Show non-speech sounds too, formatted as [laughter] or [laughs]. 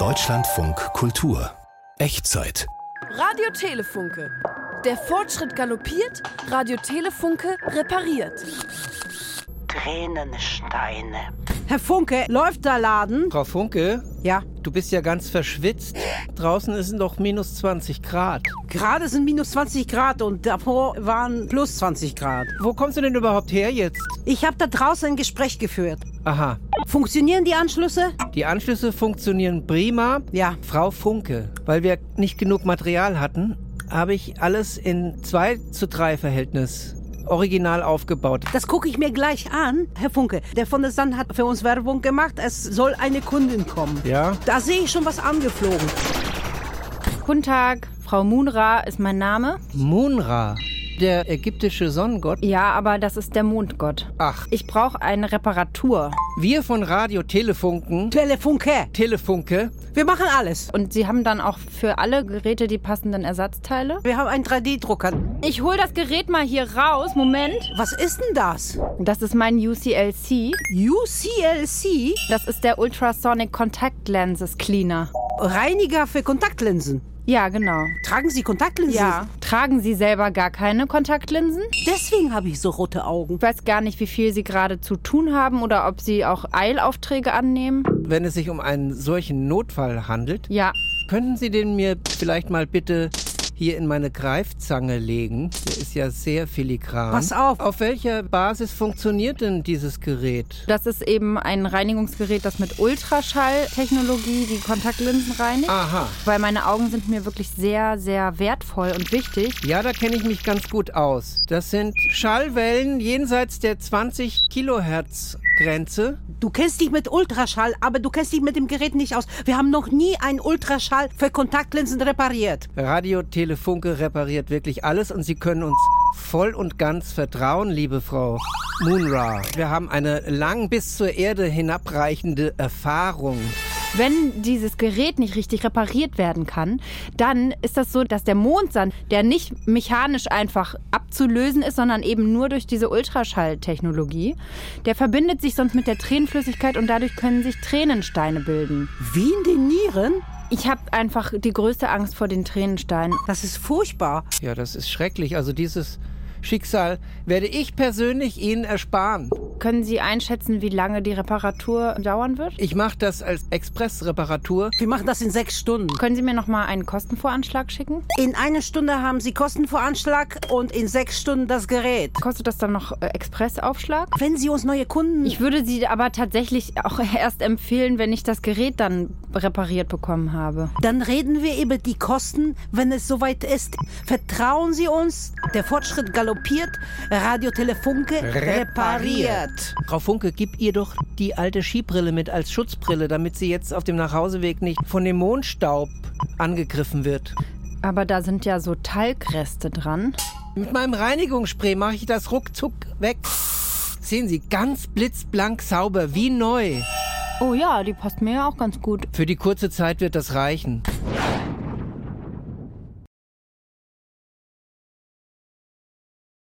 Deutschlandfunk Kultur. Echtzeit. Radio Telefunke. Der Fortschritt galoppiert, Radio Telefunke repariert. Tränensteine. Herr Funke, läuft der Laden? Frau Funke, Ja. du bist ja ganz verschwitzt. Draußen ist noch minus 20 Grad. Gerade sind minus 20 Grad und davor waren plus 20 Grad. Wo kommst du denn überhaupt her jetzt? Ich habe da draußen ein Gespräch geführt. Aha, Funktionieren die Anschlüsse? die Anschlüsse funktionieren prima. Ja. Frau Funke, weil wir nicht genug Material hatten, habe ich alles in 2 zu 3 Verhältnis original aufgebaut. Das gucke ich mir gleich an. Herr Funke, der von der Sand hat für uns Werbung gemacht. Es soll eine Kundin kommen. Ja? Da sehe ich schon was angeflogen. Guten Tag, Frau Munra ist mein Name. Munra, der ägyptische Sonnengott. Ja, aber das ist der Mondgott. Ach, Ich brauche eine Reparatur. wir von Radio Telefunken, Telefunke, Telefunke, wir machen alles. Und sie haben dann auch für alle Geräte die passenden Ersatzteile. Wir haben einen 3D-Drucker. Ich hol das Gerät mal hier raus. Moment. Was ist denn das? Das ist mein UCLC. UCLC? Das ist der Ultrasonic Contact Lenses Cleaner. Reiniger für Kontaktlinsen. Ja, genau. Tragen Sie Kontaktlinsen? Tragen Sie selber gar keine Kontaktlinsen? Deswegen habe ich so rote Augen. Ich weiß gar nicht, wie viel Sie gerade zu tun haben oder ob Sie auch Eilaufträge annehmen. wenn es sich um einen solchen Notfall handelt. Ja, Könnten Sie den mir vielleicht mal bitte hier in meine Greifzange legen? Der ist ja sehr filigran. Pass auf. Auf welcher Basis funktioniert denn dieses Gerät? Das ist eben ein Reinigungsgerät, das mit Ultraschalltechnologie die Kontaktlinsen reinigt. Aha. Weil meine Augen sind mir wirklich sehr, sehr wertvoll und wichtig. Ja, da kenne ich mich ganz gut aus. Das sind Schallwellen jenseits der 20 Kilohertz Grenze. Du kennst dich mit Ultraschall, aber du kennst dich mit dem Gerät nicht aus. Wir haben noch nie einen Ultraschall für Kontaktlinsen repariert. Radio Telefunke repariert wirklich alles und Sie können uns voll und ganz vertrauen, liebe Frau Moonra. Wir haben eine lang bis zur Erde hinabreichende Erfahrung. Wenn dieses Gerät nicht richtig repariert werden kann, dann ist das so, dass der Mondsand, der nicht mechanisch einfach abzulösen ist, sondern eben nur durch diese Ultraschalltechnologie, der verbindet sich sonst mit der Tränenflüssigkeit und dadurch können sich Tränensteine bilden. Wie in den Nieren? Ich habe einfach die größte Angst vor den Tränensteinen. Das ist furchtbar. Ja, das ist schrecklich. Also dieses Schicksal werde ich persönlich Ihnen ersparen. Können Sie einschätzen, wie lange die Reparatur dauern wird? Ich mache das als Expressreparatur. Wir machen das in sechs Stunden. Können Sie mir noch mal einen Kostenvoranschlag schicken? In einer Stunde haben Sie Kostenvoranschlag und in sechs Stunden das Gerät. Kostet das dann noch äh, Expressaufschlag? Wenn Sie uns neue Kunden. Ich würde Sie aber tatsächlich auch [laughs] erst empfehlen, wenn ich das Gerät dann repariert bekommen habe. dann reden wir über die Kosten, wenn es soweit ist. Vertrauen Sie uns, der Fortschritt galoppiert, Radio Telefunke repariert. Frau Funke, gib ihr doch die alte Skibrille mit als Schutzbrille, damit sie jetzt auf dem Nachhauseweg nicht von dem Mondstaub angegriffen wird. Aber da sind ja so Talgreste dran. Mit meinem Reinigungsspray mache ich das ruckzuck weg. Sehen Sie, ganz blitzblank sauber, wie neu. Oh ja, die passt mir ja auch ganz gut. Für die kurze Zeit wird das reichen.